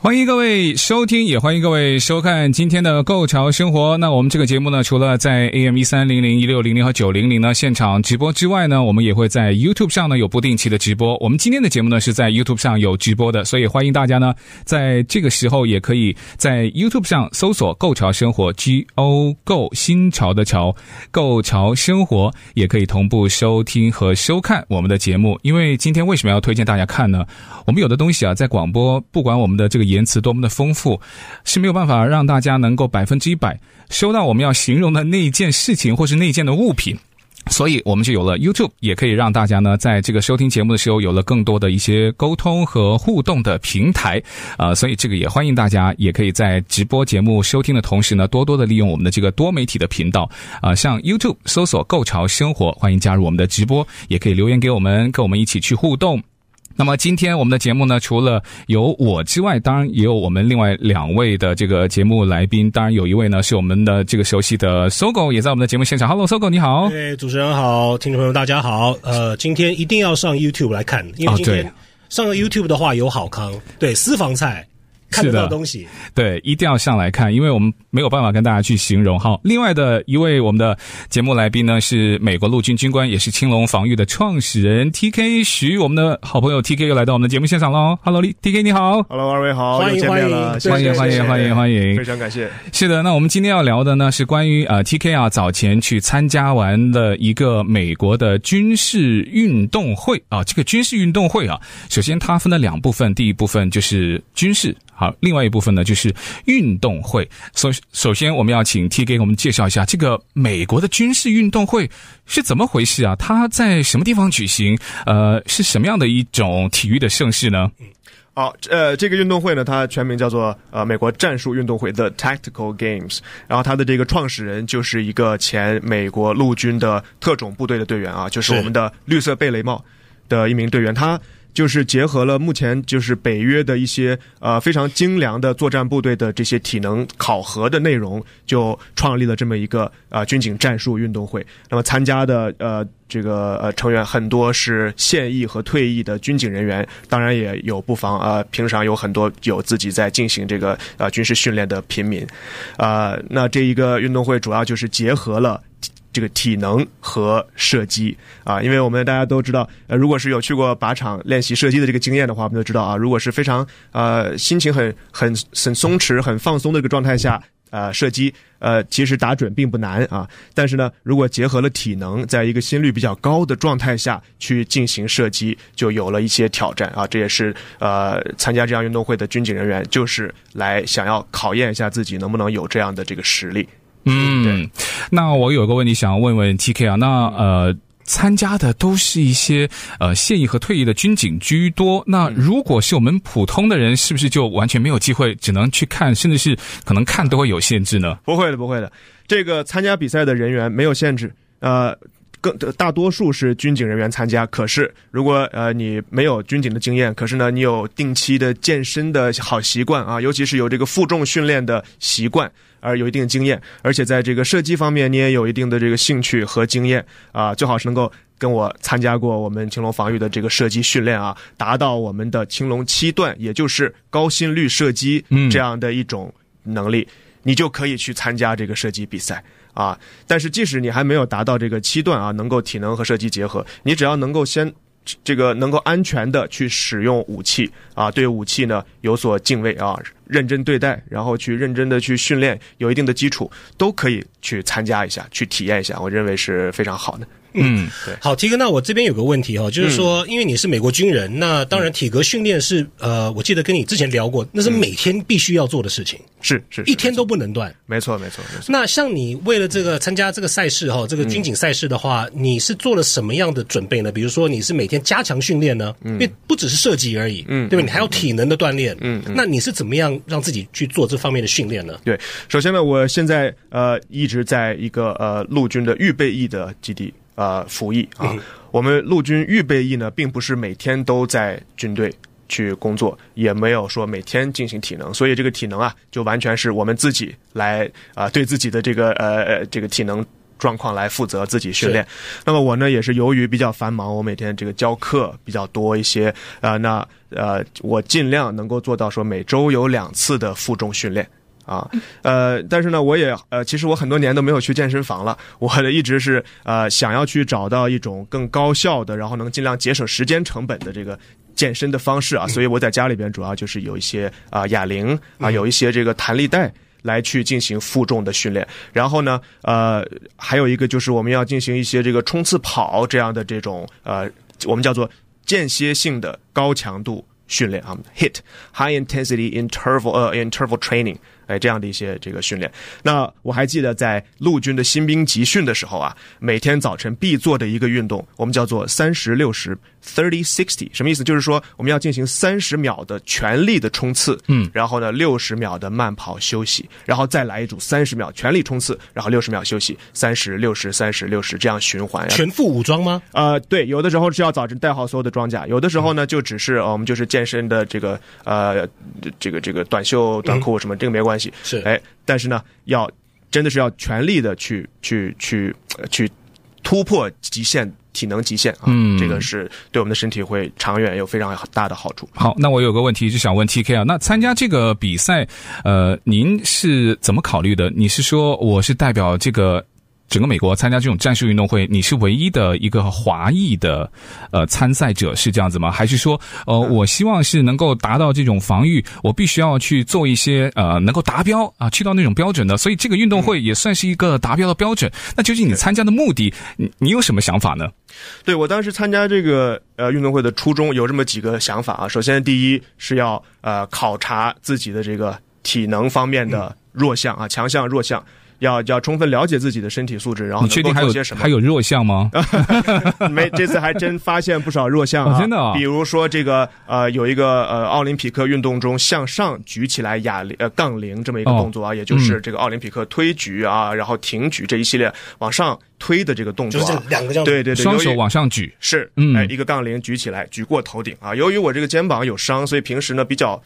欢迎各位收听，也欢迎各位收看今天的《购潮生活》。那我们这个节目呢，除了在 AM 一三零零、一六零零和九零零呢现场直播之外呢，我们也会在 YouTube 上呢有不定期的直播。我们今天的节目呢是在 YouTube 上有直播的，所以欢迎大家呢在这个时候也可以在 YouTube 上搜索“购潮生活 ”G O Go 新潮的潮，购潮生活也可以同步收听和收看我们的节目。因为今天为什么要推荐大家看呢？我们有的东西啊，在广播，不管我们的这个言辞多么的丰富，是没有办法让大家能够百分之一百收到我们要形容的那一件事情或是那一件的物品。所以我们就有了 YouTube，也可以让大家呢，在这个收听节目的时候，有了更多的一些沟通和互动的平台，啊、所以这个也欢迎大家，也可以在直播节目收听的同时呢，多多的利用我们的这个多媒体的频道，啊、像 YouTube 搜索“购潮生活”，欢迎加入我们的直播，也可以留言给我们，跟我们一起去互动。那么今天我们的节目呢，除了有我之外，当然也有我们另外两位的这个节目来宾。当然有一位呢是我们的这个熟悉的搜狗，也在我们的节目现场。Hello，搜狗你好。对，主持人好，听众朋友大家好。呃，今天一定要上 YouTube 来看，因哦为今对天上了 YouTube 的话有好康，对，私房菜看是得的到东西。对，一定要上来看，因为我们没有办法跟大家去形容哈。另外的一位我们的节目来宾呢，是美国陆军军官，也是青龙防御的创始人 T K 徐，我们的好朋友 T K 又来到我们的节目现场喽。Hello，T K 你好。 Hello，二位好，欢迎又见面了，欢迎谢谢欢迎谢谢欢迎欢迎非常感谢。是的，那我们今天要聊的呢是关于呃 T K 啊早前去参加完的一个美国的军事运动会啊，这个军事运动会啊，首先它分了两部分，第一部分就是军事。好，另外一部分呢就是运动会。首首先，我们要请 T 给我们介绍一下这个美国的军事运动会是怎么回事啊？它在什么地方举行？呃，是什么样的一种体育的盛事呢？好，呃，这个运动会呢，它全名叫做呃美国战术运动会 The Tactical Games，然后它的这个创始人就是一个前美国陆军的特种部队的队员啊，就是我们的绿色贝雷帽的一名队员，他。就是结合了目前就是北约的一些呃非常精良的作战部队的这些体能考核的内容，就创立了这么一个呃军警战术运动会。那么参加的呃这个呃成员很多是现役和退役的军警人员，当然也有不妨呃平常有很多有自己在进行这个呃军事训练的平民，呃，那这一个运动会主要就是结合了。这个体能和射击啊，因为我们大家都知道，呃，如果是有去过靶场练习射击的这个经验的话，我们就知道啊，如果是非常呃心情很很很松弛、很放松的这个状态下，呃，射击呃其实打准并不难啊，但是呢，如果结合了体能，在一个心率比较高的状态下去进行射击，就有了一些挑战啊。这也是呃参加这样运动会的军警人员，就是来想要考验一下自己能不能有这样的这个实力。嗯，那我有个问题想问问 T K 啊，那呃，参加的都是一些呃现役和退役的军警居多，那如果是我们普通的人，是不是就完全没有机会，只能去看，甚至是可能看都会有限制呢？不会的，不会的。这个参加比赛的人员没有限制，呃，更大多数是军警人员参加。可是，如果呃你没有军警的经验，可是呢你有定期的健身的好习惯啊，尤其是有这个负重训练的习惯，而有一定的经验，而且在这个射击方面你也有一定的这个兴趣和经验啊，最好是能够。跟我参加过我们青龙防御的这个射击训练啊，达到我们的青龙七段，也就是高心率射击嗯这样的一种能力，你就可以去参加这个射击比赛啊。但是即使你还没有达到这个七段啊，能够体能和射击结合，你只要能够先这个能够安全的去使用武器啊，对武器呢有所敬畏啊，认真对待，然后去认真的去训练，有一定的基础，都可以去参加一下，去体验一下，我认为是非常好的。嗯，好，提哥，那我这边有个问题哦，就是说，因为你是美国军人，那当然体格训练是呃，我记得跟你之前聊过，那是嗯每天必须要做的事情，是是，是一天都不能断。没错没错没错。那像你为了这个参加这个赛事嗯哈，这个军警赛事的话，你是做了什么样的准备呢？比如说你是每天加强训练呢，嗯因为不只是射击而已，嗯，对吧？你还有体能的锻炼，嗯，那你是怎么样让自己去做这方面的训练呢？对，首先呢，我现在呃一直在一个呃陆军的预备役的基地呃服役啊。我们陆军预备役呢，并不是每天都在军队。去工作，也没有说每天进行体能，所以这个体能啊，就完全是我们自己来啊、对自己的这个呃呃这个体能。状况来负责自己训练。那么我呢，也是由于比较繁忙，我每天这个教课比较多一些，呃，那呃，我尽量能够做到说每周有两次的负重训练。啊，呃，但是呢，我也呃，其实我很多年都没有去健身房了，我一直是呃想要去找到一种更高效的，然后能尽量节省时间成本的这个。健身的方式啊，所以我在家里边主要就是有一些啊、哑铃啊、有一些这个弹力带来去进行负重的训练。然后呢，呃，还有一个就是我们要进行一些这个冲刺跑这样的这种呃，我们叫做间歇性的高强度训练啊，HIT High Intensity Interval 呃 Interval Training 哎这样的一些这个训练。那我还记得在陆军的新兵集训的时候啊，每天早晨必做的一个运动，我们叫做三十六十 （thirty sixty），什么意思？就是说我们要进行三十秒的全力的冲刺，嗯，然后呢六十秒的慢跑休息，然后再来一组三十秒全力冲刺，然后六十秒休息，三十六十三十六十这样循环，然后全副武装吗？呃，对，有的时候是要早晨带好所有的装甲，有的时候呢就只是、呃我们就是健身的这个呃这个这个短袖短裤什么、这个没关系，是哎，但是呢要真的是要全力的去去去呃去突破极限。体能极限啊，嗯这个是对我们的身体会长远有非常大的好处。好，那我有个问题就想问 T K 啊，那参加这个比赛，呃，您是怎么考虑的？你是说我是代表这个整个美国参加这种战术运动会，你是唯一的一个华裔的呃参赛者是这样子吗？还是说呃，嗯我希望是能够达到这种防御，我必须要去做一些呃能够达标啊，去到那种标准的，所以这个运动会也算是一个达标的标准。那究竟你参加的目的，你你有什么想法呢？对我当时参加这个呃运动会的初衷有这么几个想法啊。首先，第一是要呃考察自己的这个体能方面嗯的弱项啊，强项、弱项，要要充分了解自己的身体素质，然你后哦能确够定还做有些什么还。有弱项吗？没，这次还真发现不少弱项啊， 哦真的啊比如说这个呃，有一个呃奥林匹克运动中向上举起来哑铃呃杠铃这么一个哦动作啊，也就是这个奥林匹克推举啊，然后挺举这一系列往上推的这个动作、就啊，是这两个这样对对对，双由于手往上举。是，嗯哎，一个杠铃举起来，举过头顶啊。由于我这个肩膀有伤，所以平时呢比较。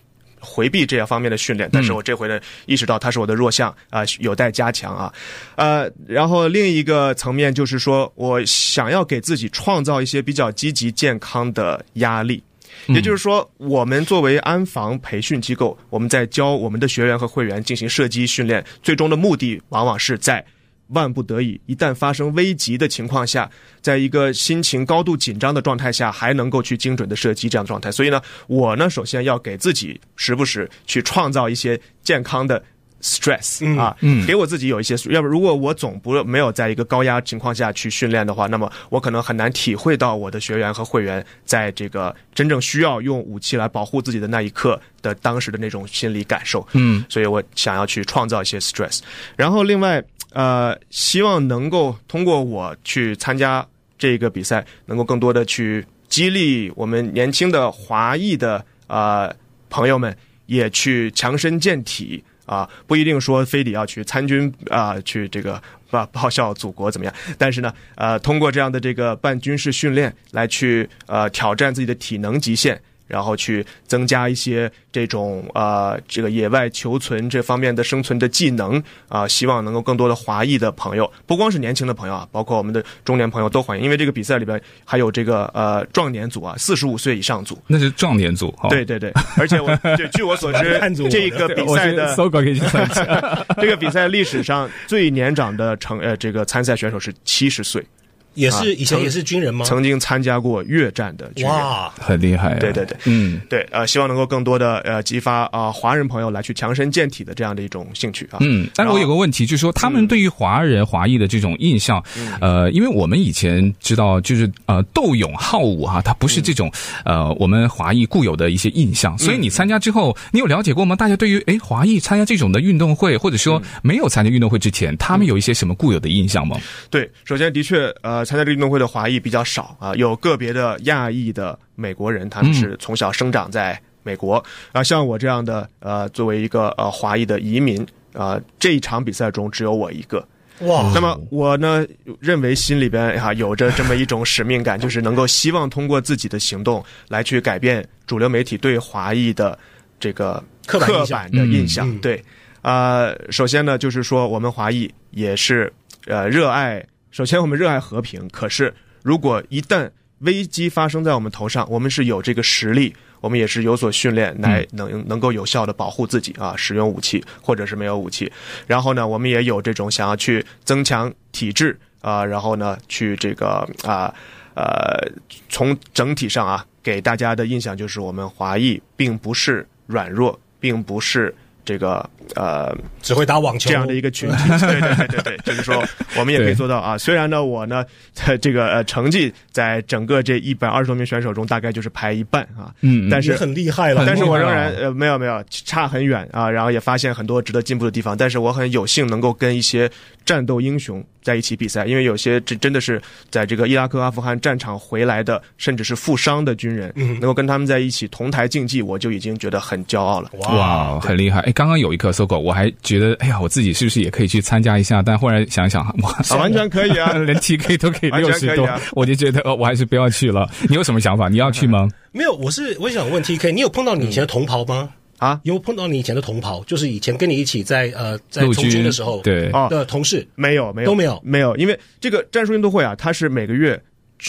回避这样方面的训练，但是我这回呢意识到它是我的弱项啊、有待加强啊，呃，然后另一个层面就是说我想要给自己创造一些比较积极健康的压力，也就是说，我们作为安防培训机构，我们在教我们的学员和会员进行射击训练，最终的目的往往是在万不得已，一旦发生危急的情况下，在一个心情高度紧张的状态下，还能够去精准的射击这样的状态。所以呢，我呢，首先要给自己时不时去创造一些健康的 stress 啊，给我自己有一些，要不如果我总不没有在一个高压情况下去训练的话，那么我可能很难体会到我的学员和会员在这个真正需要用武器来保护自己的那一刻的当时的那种心理感受。嗯，所以我想要去创造一些 stress，然后另外。呃，希望能够通过我去参加这个比赛，能够更多的去激励我们年轻的华裔的呃朋友们，也去强身健体啊、不一定说非得要去参军啊、去这个啊报效祖国怎么样？但是呢，呃，通过这样的这个半军事训练来去呃挑战自己的体能极限。然后去增加一些这种呃这个野外求存这方面的生存的技能啊、希望能够更多的华裔的朋友，不光是年轻的朋友啊，包括我们的中年朋友都欢迎，因为这个比赛里边还有这个呃壮年组啊，四十五岁以上组。那是壮年组，哦对对对，而且我对据我所知看着我，这个比赛的搜狗可以去参加。 这个比赛历史上最年长的成呃这个参赛选手是七十岁，也是以前曾也是军人吗？曾经参加过越战的啊军人。哇， 很厉害、啊。对对对嗯，对，呃，希望能够更多的呃激发啊、华人朋友来去强身健体的这样的一种兴趣啊。嗯，但是我有个问题，就是说他嗯们对于华人、华裔的这种印象，呃，因为我们以前知道，就是呃，斗勇好武哈、它不是这种、嗯呃我们华裔固有的一些印象，所以你参加之后，你有了解过吗？大家对于诶华裔参加这种的运动会，或者说嗯没有参加运动会之前，他们有一些什么固有的印象吗？对，首先的确，呃，参加这个运动会的华裔比较少啊，有个别的亚裔的美国人，他们是从小生长在美国，啊，像我这样呃的呃，作为一个呃华裔的移民，啊、这一场比赛中只有我一个。哇那么我呢，认为心里边哈、有着这么一种使命感，就是能够希望通过自己的行动来去改变主流媒体对华裔的这个刻板印象的印象。嗯对，呃，首先呢，就是说我们华裔也是呃热爱，首先我们热爱和平，可是如果一旦危机发生在我们头上，我们是有这个实力，我们也是有所训练，嗯来能能够有效的保护自己啊，使用武器或者是没有武器。然后呢，我们也有这种想要去增强体制啊、然后呢，去这个啊呃从整体上啊，给大家的印象就是我们华裔并不是软弱，并不是这个呃只会打网球嗯这样的一个群体。对对对对 对，就是说我们也可对以做到啊。虽然呢，我呢， 呃这个呃成绩在整个这一百二十多名选手中，大概就是排一半啊。嗯嗯也但是很厉害了，嗯但是厉害啊我了仍然呃没有没有差很远啊，然后也发现很多值得进步的地方。但是我很有幸能够跟一些战斗英雄在一起比赛，因为有些这真的是在这个伊拉克、阿富汗战场回来的，甚至是负伤的军嗯人，能够跟他们在一起同台竞技，我就已经觉得很骄傲了。啊哇，很厉害！哎，刚刚有一刻搜狗，我还觉得，哎呀，我自己是不是也可以去参加一下？但忽然想想，啊，我！完全可以啊 连 TK 都可以 完六全可十以多啊，我就觉得呃我还是不要去了。 你有什么想法？你要去吗？没有，我是我想问 T K，你有碰到你以前的同袍吗？嗯啊有碰到你以前的同袍，就是以前跟你一起在呃在陆从军的时候对，哦的同事，没有，没有，都没有没有，因为这个战术运动会啊，它是每个月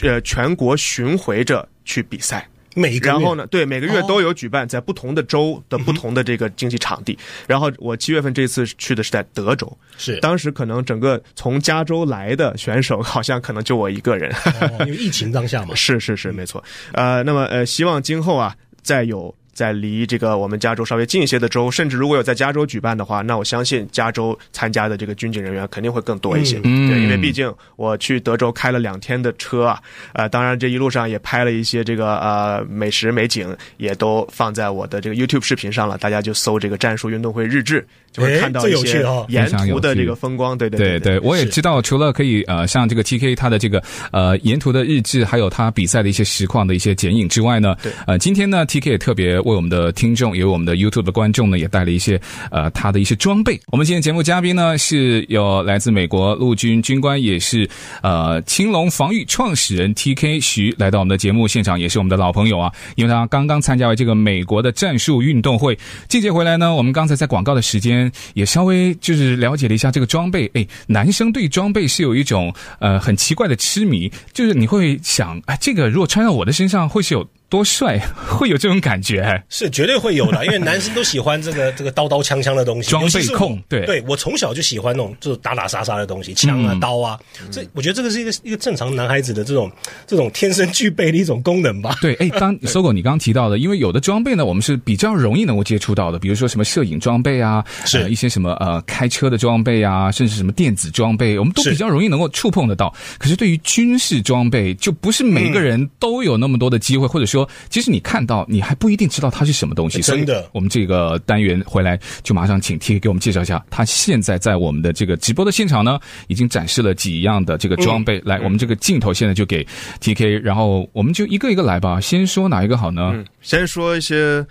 呃全国巡回着去比赛。每个哦然后月哦嗯呢，对，每个月都有举办，在不同的州的不同的这个竞技场地。然后我七月份这次去的是在德州，是当时可能整个从加州来的选手好像可能就我一 个人。，哦因为疫情当下嘛是是是，没错。呃，那么呃，希望今后啊，再有在离这个我们加州稍微近一些的州，甚至如果有在加州举办的话，那我相信加州参加的这个军警人员肯定会更多一些。嗯对，因为毕竟我去德州开了两天的车啊，呃，当然这一路上也拍了一些这个呃美食美景，也都放在我的这个 YouTube 视频上了，大家就搜这个战术运动会日志，就会哎看到这一有趣些哦沿非常有途的这趣个风光。对对对对，对我也知道，除了可以呃，像这个 TK 他的这个呃沿途的日志，还有他比赛的一些实况的一些剪影之外呢，呃，今天呢 TK 也特别为我们的听众，也为我们的 YouTube 的观众呢，也带了一些呃他的一些装备。我们今天节目嘉宾呢是有来自美国陆军军官，也是呃青龙防御创始人 TK 徐来到我们的节目现场，也是我们的老朋友啊，因为他刚刚参加完这个美国的战术运动会。季节回来呢，我们刚才在广告的时间也稍微就是了解了一下这个装备。哎，男生对装备是有一种呃很奇怪的痴迷，就是你会想，哎，这个如果穿到我的身上会是有多帅， 会有这种感觉。 是绝对会有的，因为男生都喜欢这个 这个刀刀枪枪的东西，装备尤其是我控对对我从小就喜欢那种就是打打杀杀的东西，枪啊嗯刀啊，这我觉得这个是一个一个正常男孩子的这种这种天生具备的一种功能吧。对，哎，当搜狗你刚刚提到的，因为有的装备呢，我们是比较容易能够接触到的，比如说什么摄影装备啊，是呃、一些什么呃开车的装备啊，甚至什么电子装备，我们都是比较容易能够触碰得到。可是对于军事装备，就不是每个嗯人都有那么多的机会，或者说，即使你看到，你还不一定知道它是什么东西。呃真的所以我们这个单元回来就马上请 T 给我们介绍一下，他现在在我们的这个直播的现场呢，已经展示了几样的这个装嗯备。来，我们这个镜头现在就给 T K，然后我们就一个一个来吧。先说哪一个好呢？嗯，先说一些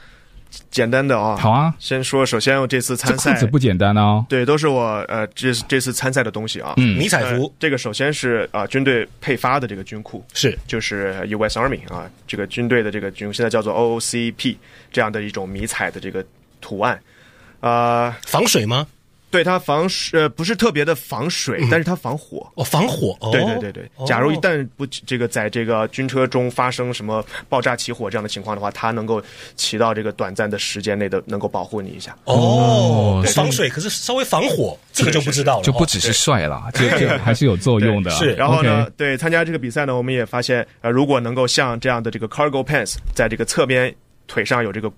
简单的啊、好啊，先说，首先我这次这参裤赛子，不简单哦。对，都是我呃这这次参赛的东西啊。嗯迷彩服呃这个首先是啊、军队配发的这个军裤，是就是 U.S. Army 啊，这个军队的这个军现在叫做 OOCP 这样的一种迷彩的这个图案，啊、防水吗？对它防水呃不是特别的防水，嗯但是它防火。哦，防火。哦、对对对对，假如一旦不这个在这个军车中发生什么爆炸起火这样的情况的话，它能够起到这个短暂的时间内的能够保护你一下。哦，哦对是防水，可是稍微防火，这个就不知道了，就不哦只是帅 了，这这还是有作用的。对是然后呢 OK，对参加这个比赛呢，我们也发现，呃，如果能够像这样的这个 cargo pants，在这个侧边腿上有这个。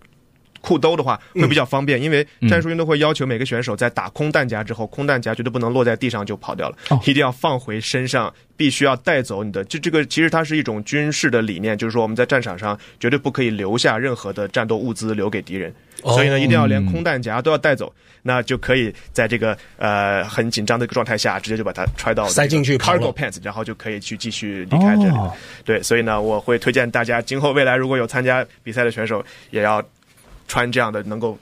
裤兜的话会比较方嗯便，因为战术运动会要求每个选手在打空弹夹之后，空弹夹绝对不能落在地上就跑掉了，哦一定要放回身上，必须要带走你的。这这个其实它是一种军事的理念，就是说我们在战场上绝对不可以留下任何的战斗物资留给敌人，所哦以呢，一定要连空弹夹都要带走，那就可以在这个呃很紧张的一个状态下，直接就把它揣到塞进去 cargo 跑了 pants，然后就可以去继续离开这里。哦对，所以呢，我会推荐大家今后未来如果有参加比赛的选手，也要穿这样的能够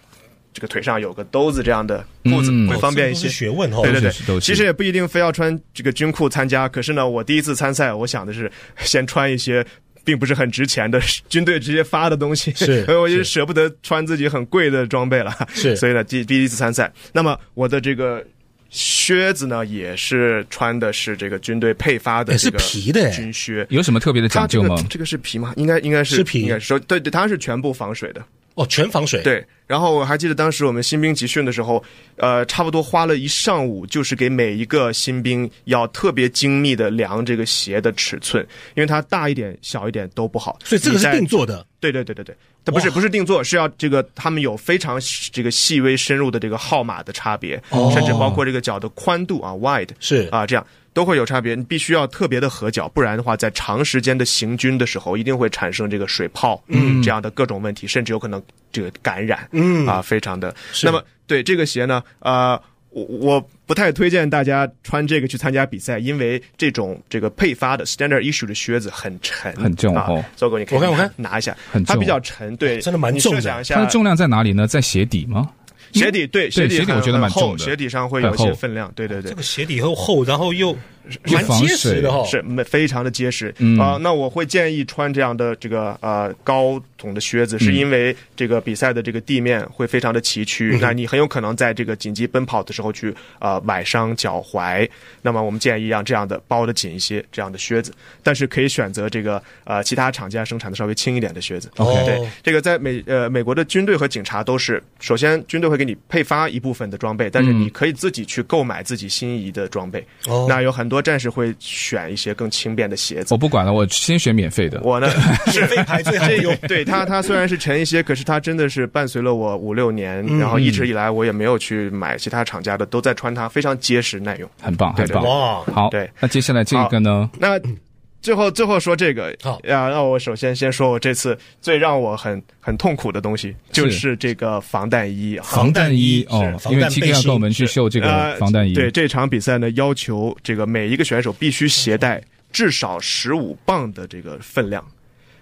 这个腿上有个兜子这样的裤子，嗯会方便一哦这些。都是学问哦对对都是都对，是其实也不一定非要穿这个军裤参加。可是呢，我第一次参赛，我想的是先穿一些。并不是很值钱的军队直接发的东西， 是所以我就是舍不得穿自己很贵的装备了。是所以呢，第第一次参赛，那么我的这个靴子呢，也是穿的是这个军队配发的哎是这个皮的哎军靴。有什么特别的它讲这究吗个？这个是皮吗？应该应该是是皮应该是说对对，它是全部防水的。哦，全防水，，对，然后我还记得当时我们新兵集训的时候，呃，差不多花了一上午，就是给每一个新兵要特别精密的量这个鞋的尺寸，因为它大一点、小一点都不好。所以这个你是在定做的，对对对对对，它不是哇不是定做，是要这个他们有非常这个细微深入的这个号码的差别，哦甚至包括这个脚的宽度啊 wide 是 啊这样都会有差别，你必须要特别的合脚，不然的话在长时间的行军的时候一定会产生这个水泡嗯这样的各种问题，甚至有可能这个感染嗯啊非常的。那么对这个鞋呢啊。呃我我不太推荐大家穿这个去参加比赛，因为这种这个配发的 standard issue 的靴子很沉，很重啊哦。糟糕，你可以我看我看拿一下，很重哦它比较沉，对，真的蛮重的你设想一下，它的重量在哪里呢？在鞋底吗？鞋底对对底鞋底很我觉得蛮很厚重的鞋底上会有一很些厚啊分量，对对对这。个鞋底又厚，然后又又蛮防结实水的哈，是没非常的结实啊、嗯那我会建议穿这样的这个呃高筒的靴嗯子，是因为这个比赛的这个地面会非常的崎嗯岖，那你很有可能在这个紧急奔跑的时候去呃崴伤脚踝。那么我们建议让这样的包的紧一些这样的靴子，但是可以选择这个呃其他厂家生产的稍微轻一点的靴子。 OK 哦对，这个在美呃美国的军队和警察都是，首先军队会给你配发一部分的装备，但是你可以自己去购买自己心仪的装备。嗯哦那有很多战士会选一些更轻便的鞋子我。不管了，我先选免费的。我 呢是飞牌最好这用个，对它它虽然是沉一些，可是它真的是伴随了我五六年，然后一直以来我也没有去买其他厂家的，都在穿它，非常结实耐用。很棒，很对对棒。哇，好对，那接下来这个呢？那最后最后说这个，好啊，那我首先先说我这次最让我很很痛苦的东西，就是这个防弹衣啊。防弹衣哦是，防因为弹 T K 背要心跟我们去秀这个呃防弹衣，对这场比赛呢，要求这个每一个选手必须携带至少十五磅的这个分量。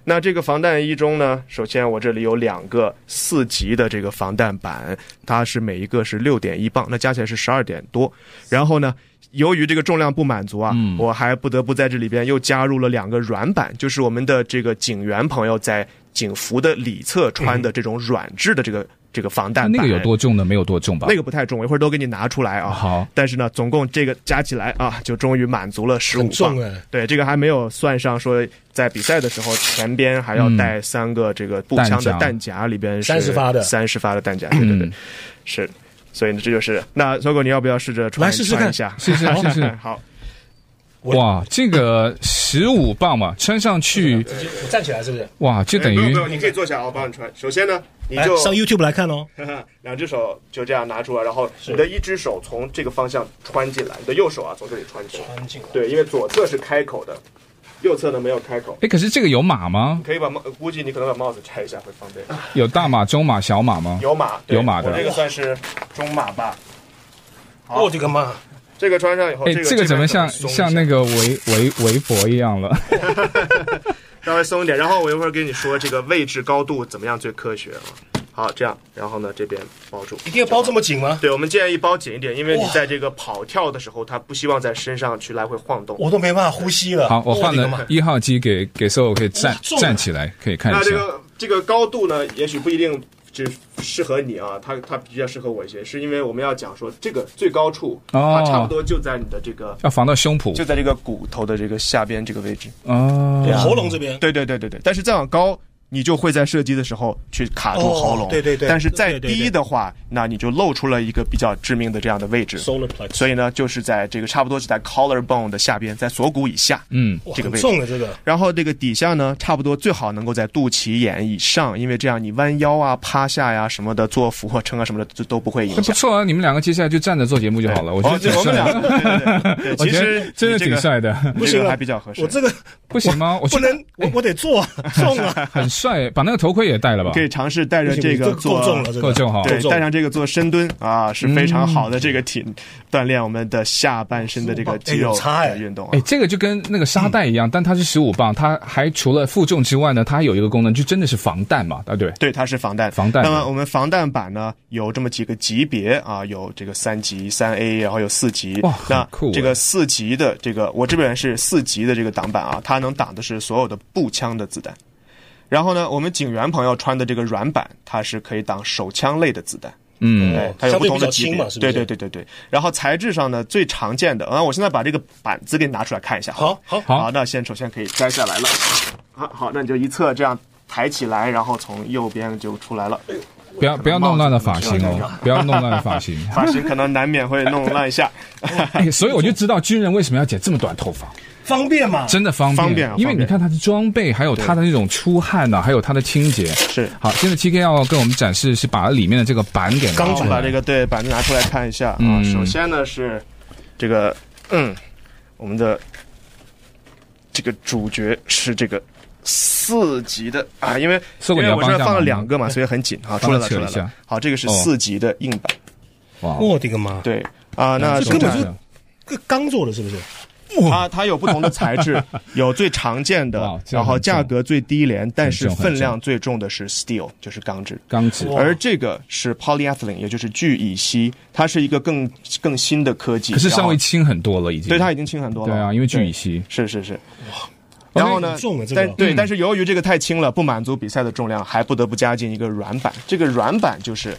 那这个防弹衣中呢，首先我这里有两个四级的这个防弹板，它是每一个是六点一磅，那加起来是十二点多。然后呢，由于这个重量不满足啊，嗯我还不得不在这里边又加入了两个软板，就是我们的这个警员朋友在警服的里侧穿的这种软质的这个、这个防弹板。那个有多重呢？没有多重吧？那个不太重，我一会儿都给你拿出来啊。好但是呢，总共这个加起来啊，就终于满足了十五很磅重。哎对，这个还没有算上说在比赛的时候前边还要带三个这个步枪的弹夹弹夹，里边是30发的三十发的弹夹，对对对，嗯是。所以呢，这就是那搜狗，你要不要试着穿来试试看穿一下？ 试试试试好，我哇，这个十五磅嘛，穿上去我站起来是不是？哇，就等哎于不用不用，你可以坐下，我帮你穿。首先呢，你来就上 YouTube 来看哦， 两只手就这样拿出来，然后你的一只手从这个方向穿进来，你的右手啊从这里穿进来，对，因为左侧是开口的，右侧呢没有开口。哎，可是这个有码吗？可以把帽，呃估计你可能把帽子拆一下会方便。有大码、中码、小码吗？有码，对有码的我这个算是中码吧。好我哦的个妈，这个穿上以后，哎，个这个怎么像像那个个围围围脖一样了？ 稍微松一点？然后我一会儿跟你说这个位置高度怎么样最科学啊。好，这样，然后呢这边包住，一定要包这么紧吗？对我们建议包紧一点，因为你哇在这个跑跳的时候，它不希望在身上去来回晃哎动。我都没办法呼吸了。哦好，我换的个妈了一号机给给 s o 可以站哇重啊站起来，可以看哦那一这下。个这个高度呢，也许不一定只适合你啊，它它比较适合我一些，是因为我们要讲说这个最高处，哦它差不多就在你的这个要防到胸脯就在这个骨头的这个下边这个位置。哦，喉咙这边，对对对对对，但是再往高。你就会在射击的时候去卡住喉咙，哦对对对但是再对对对低的话，那你就露出了一个比较致命的这样的位置。 ，solar plex，所以呢，就是在这个差不多是在 collarbone 的下边，在锁骨以下。嗯，哇这个很位置重的这个，然后这个底下呢，差不多最好能够在肚脐眼以上，因为这样你弯腰啊、趴下呀、什么的，做俯卧撑啊什么的，就都不会影那不响。错啊！你们两个接下来就站着做节目就 好了，我觉得哦对挺我帅 们两的。个，对对对对，我其觉实得 真的挺帅的， 你这不行了个，啊啊还比较合适我。这个不行吗？我不哎觉得 能，我我得做啊，重啊，很帅，把那个头盔也戴了吧？可以尝试带着这个做够重了，这个够重哈对够，重带上这个做深蹲啊，是非常好的这个体锻炼我们的下半身的这个肌肉哎有差哎的运动啊哎，。这个就跟那个沙袋一样，但它是十五磅，它还除了负重之外呢，它还有一个功能，就真的是防弹嘛，啊对，对，它是防弹。防弹那么我们防弹板呢，有这么几个级别啊，有这个三级、三 A，然后有四级。哇很那酷哎这个四级的这个，我这边是四级的这个挡板啊，它能挡的是所有的步枪的子弹。然后呢，我们警员朋友穿的这个软板，它是可以挡手枪类的子弹。嗯，对，它有不同的级哦相对比较轻别嘛，是不对是对对对对。然后材质上呢，最常见的，啊，我现在把这个板子给你拿出来看一下。好好好好，那先首先可以摘下来了。好，好，那你就一侧这样抬起来，然后从右边就出来了。不要不要弄乱了发型哦，不要弄乱了发型。发型可能难免会弄乱 一下。哎，所以我就知道军人为什么要剪这么短头发，方便嘛？真的方便，哎方便啊因为方你便看他的装备，还有他的那种出汗呐、还有他的清洁。是好，现在 T K 要跟我们展示是把里面的这个板给拿刚出好把来，这个对板子拿出来看一下啊嗯。首先呢是这个，嗯，我们的这个主角是这个。四级的啊，因为四因个你为要我这帮一下放了忙两个嘛，所以很紧啊，出来帮了他扯出一来了下。好，这个是哦四级的硬板，哇，我哦的个妈！对啊，那这根本是。就这刚做的，是不是？它它有不同的材 质，有最常见嗯哇的，这样然后价格最低廉，但是很重分量最重的是 steel，就是钢制。钢制。而这个是 polyethylene，也就是聚乙烯，它是一个更更新的科技。可是然后上位轻很多了，已经。对它已经轻很多了。对啊，因为哦聚乙对烯。是是是。然后呢很重啊？这个但嗯对，但是由于这个太轻了，不满足比赛的重量，还不得不加进一个软板。这个软板就是，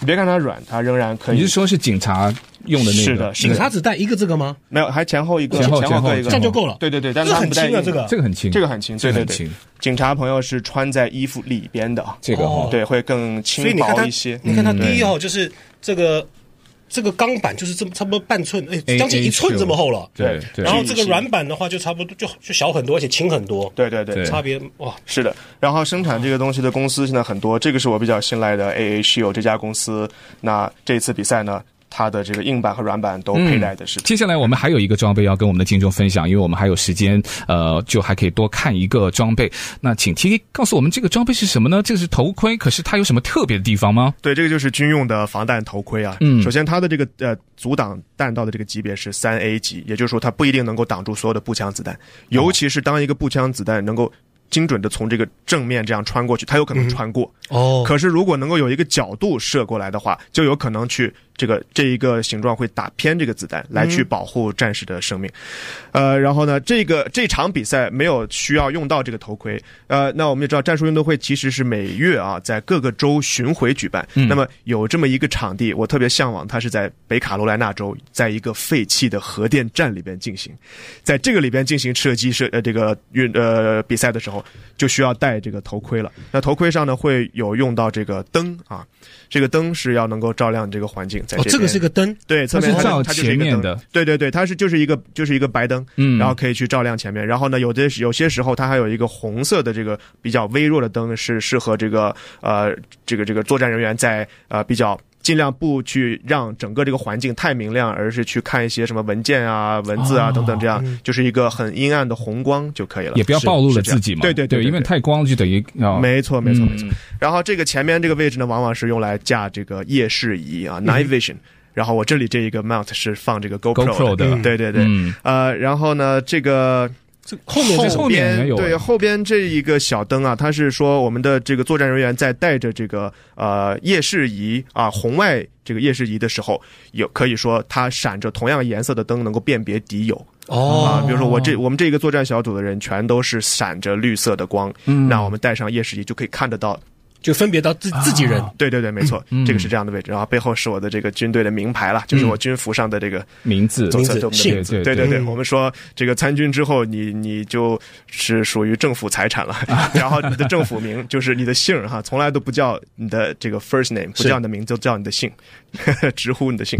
你别看它软，它仍然可你以是说是警察用的那个？是的是警察只带一个这个吗？没有，还前后一个，前后前前后各一个，这样就够了对对对，但这它很不带轻啊，硬这个这个很轻，这个很轻，这对个对很对轻。，警察朋友是穿在衣服里边的，这个哈哦，对，会更所以轻你看薄它一些，。你看它嗯第一哦，就是这个这个钢板就是这么差不多半寸，哎，将近 A- 一寸 A9 这么厚了。对对然后这个软板的话，就差不多就就小很多，而且轻很多，对对对对，差别哇！是的。然后生产这个东西的公司现在很多，这个是我比较信赖的 AA Shield 这家公司。那这次比赛呢，它的这个硬板和软板都佩戴的是接下来我们还有一个装备要跟我们的听众分享，因为我们还有时间，呃，就还可以多看一个装备。那请 T K 告诉我们这个装备是什么呢？这个是头盔，可是它有什么特别的地方吗？对，这个就是军用的防弹头盔啊。嗯首先它的这个呃阻挡弹道的这个级别是三 A 级，也就是说它不一定能够挡住所有的步枪子弹，尤其是当一个步枪子弹能够精准的从这个正面这样穿过去，它有可能嗯穿过。哦可是如果能够有一个角度射过来的话，就有可能去这个这一个形状会打偏这个子弹，来去保护战士的生命。呃，然后呢，这个这场比赛没有需要用到这个头盔。呃，那我们也知道，战术运动会其实是每月啊在各个州巡回举办。那么有这么一个场地，我特别向往，它是在北卡罗来纳州，在一个废弃的核电站里边进行。在这个里边进行射击射呃这个运呃比赛的时候，就需要戴这个头盔了。那头盔上呢会有用到这个灯啊，这个灯是要能够照亮这个环境。在哦，这这个是边个灯，对，侧它面是它照就它就是一前个面灯的，对对对，它是就是一个就是一个白灯，嗯然后可以去照亮前面。然后呢，有的有些时候它还有一个红色的这个比较微弱的灯，是适合这个呃这个这个作战人员在呃比较。尽量不去让整个这个环境太明亮，而是去看一些什么文件啊、文字啊哦等等，这样就是一个很阴暗的红光就可以了，也不要暴露了是这自样己嘛。对对对，因为太光了就等于啊，没错，没错，没错嗯。然后这个前面这个位置呢，往往是用来架这个夜视仪嗯啊，night vision。然后我这里这一个 mount 是放这个 GoPro GoPro 的对对对。嗯呃，然后呢，这个这后面这后是面也边有对哎后边这一个小灯啊，它是说我们的这个作战人员在带着这个呃夜视仪啊红外这个夜视仪的时候，有可以说它闪着同样颜色的灯能够辨别敌友。啊，哦比如说我这我们这一个作战小组的人全都是闪着绿色的光，嗯那我们带上夜视仪就可以看得到。就分别到自自己人，对对对，没错，嗯这个是这样的位置。然后背后是我的这个军队的名牌了，就是我军服上的这个名字左名侧字就我们的姓名字。对对对对嗯对，我们说这个参军之后，你你就是属于政府财产了，然后你的政府名就是你的姓儿哈，从来都不叫你的这个 first name，不叫你的名字，就叫你的姓， 直呼你的姓。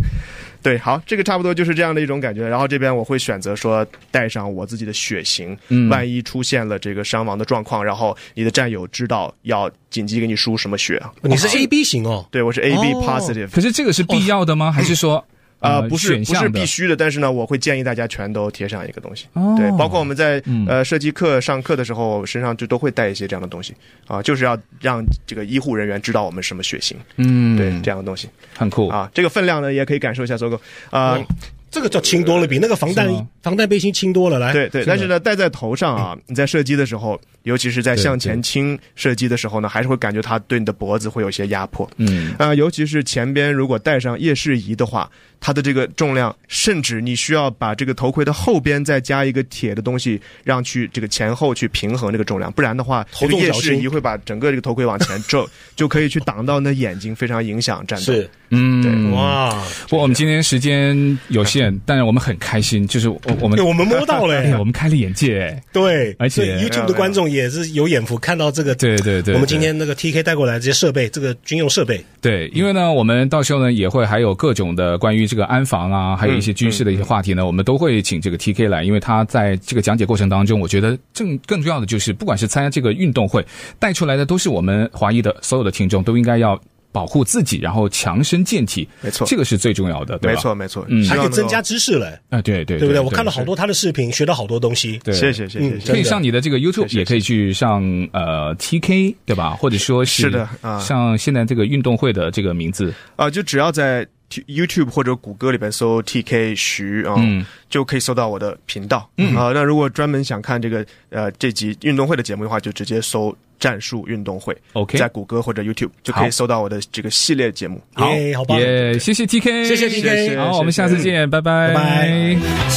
对，好，这个差不多就是这样的一种感觉。然后这边我会选择说带上我自己的血型，万一出现了这个伤亡的状况，然后你的战友知道要紧急给你输什么血啊。你是 A B 型哦，对，我是 AB 哦 positive，、可是这个是必要的吗？还是说啊，哦不是呃选不是项的必须的，但是呢，我会建议大家全都贴上一个东西。哦对，包括我们在嗯呃射击课上课的时候，身上就都会带一些这样的东西啊，就是要让这个医护人员知道我们什么血型，嗯，对这样的东西很酷。啊，这个分量呢也可以感受一下搜狗啊，哦这个叫轻多了，比那个防弹是吗防弹背心轻多了。哎来，对对，但是呢，戴在头上啊，你在射击的时候，尤其是在嗯对向对前倾射击的时候呢，还是会感觉它对你的脖子会有一些压迫。嗯，啊、尤其是前边如果带上夜视仪的话，它的这个重量，甚至你需要把这个头盔的后边再加一个铁的东西，让去这个前后去平衡这个重量，不然的话，头这个重夜脚视轻仪会把整个这个头盔往前皱，就可以去挡到那眼睛，非常影响战斗。是嗯，哇，不过我们今天时间有限，但是我们很开心，就是我我们对，我们摸到了 哎，我欸，们开了眼界，哎对，而且所以 YouTube 的观众也是有眼福，看到这个，对对对，我们今对天那个 TK 带过来的这些设备，这个军用设备，对，因为呢，我们到时候呢也会还有各种的关于这个安防嗯啊，还有一些军事的一些话题呢，我们都会请这个 T K 来，因为他在这个讲解过程当中，我觉得更更重要的就是，不管是参加这个运动会带出来的，都是我们华裔的所有的听众都应该要保护自己，然后强身健体，没错这个是最重要的，对吧？没错，，没错，嗯希还可以望能增够加。知识了，欸啊，对对对不对？我看了好是多他的视频，学到好多东西。对，谢谢，谢谢，嗯谢可谢以真的上你的这个 YouTube，是也可以去上呃 TK 对吧？或者说是是的啊像现在这个运动会的这个名字，啊、就只要在 T- YouTube 或者谷歌里边搜 TK 徐啊、嗯就可以搜到我的频道。嗯啊、那如果专门想看这个呃这集运动会的节目的话，就直接搜战术运动会。 OK 在谷歌或者 YouTube 就可好以搜到我的这个系列节目。好耶好棒也谢谢 TK，谢谢 TK 谢谢好，我们下次见，拜拜，拜拜。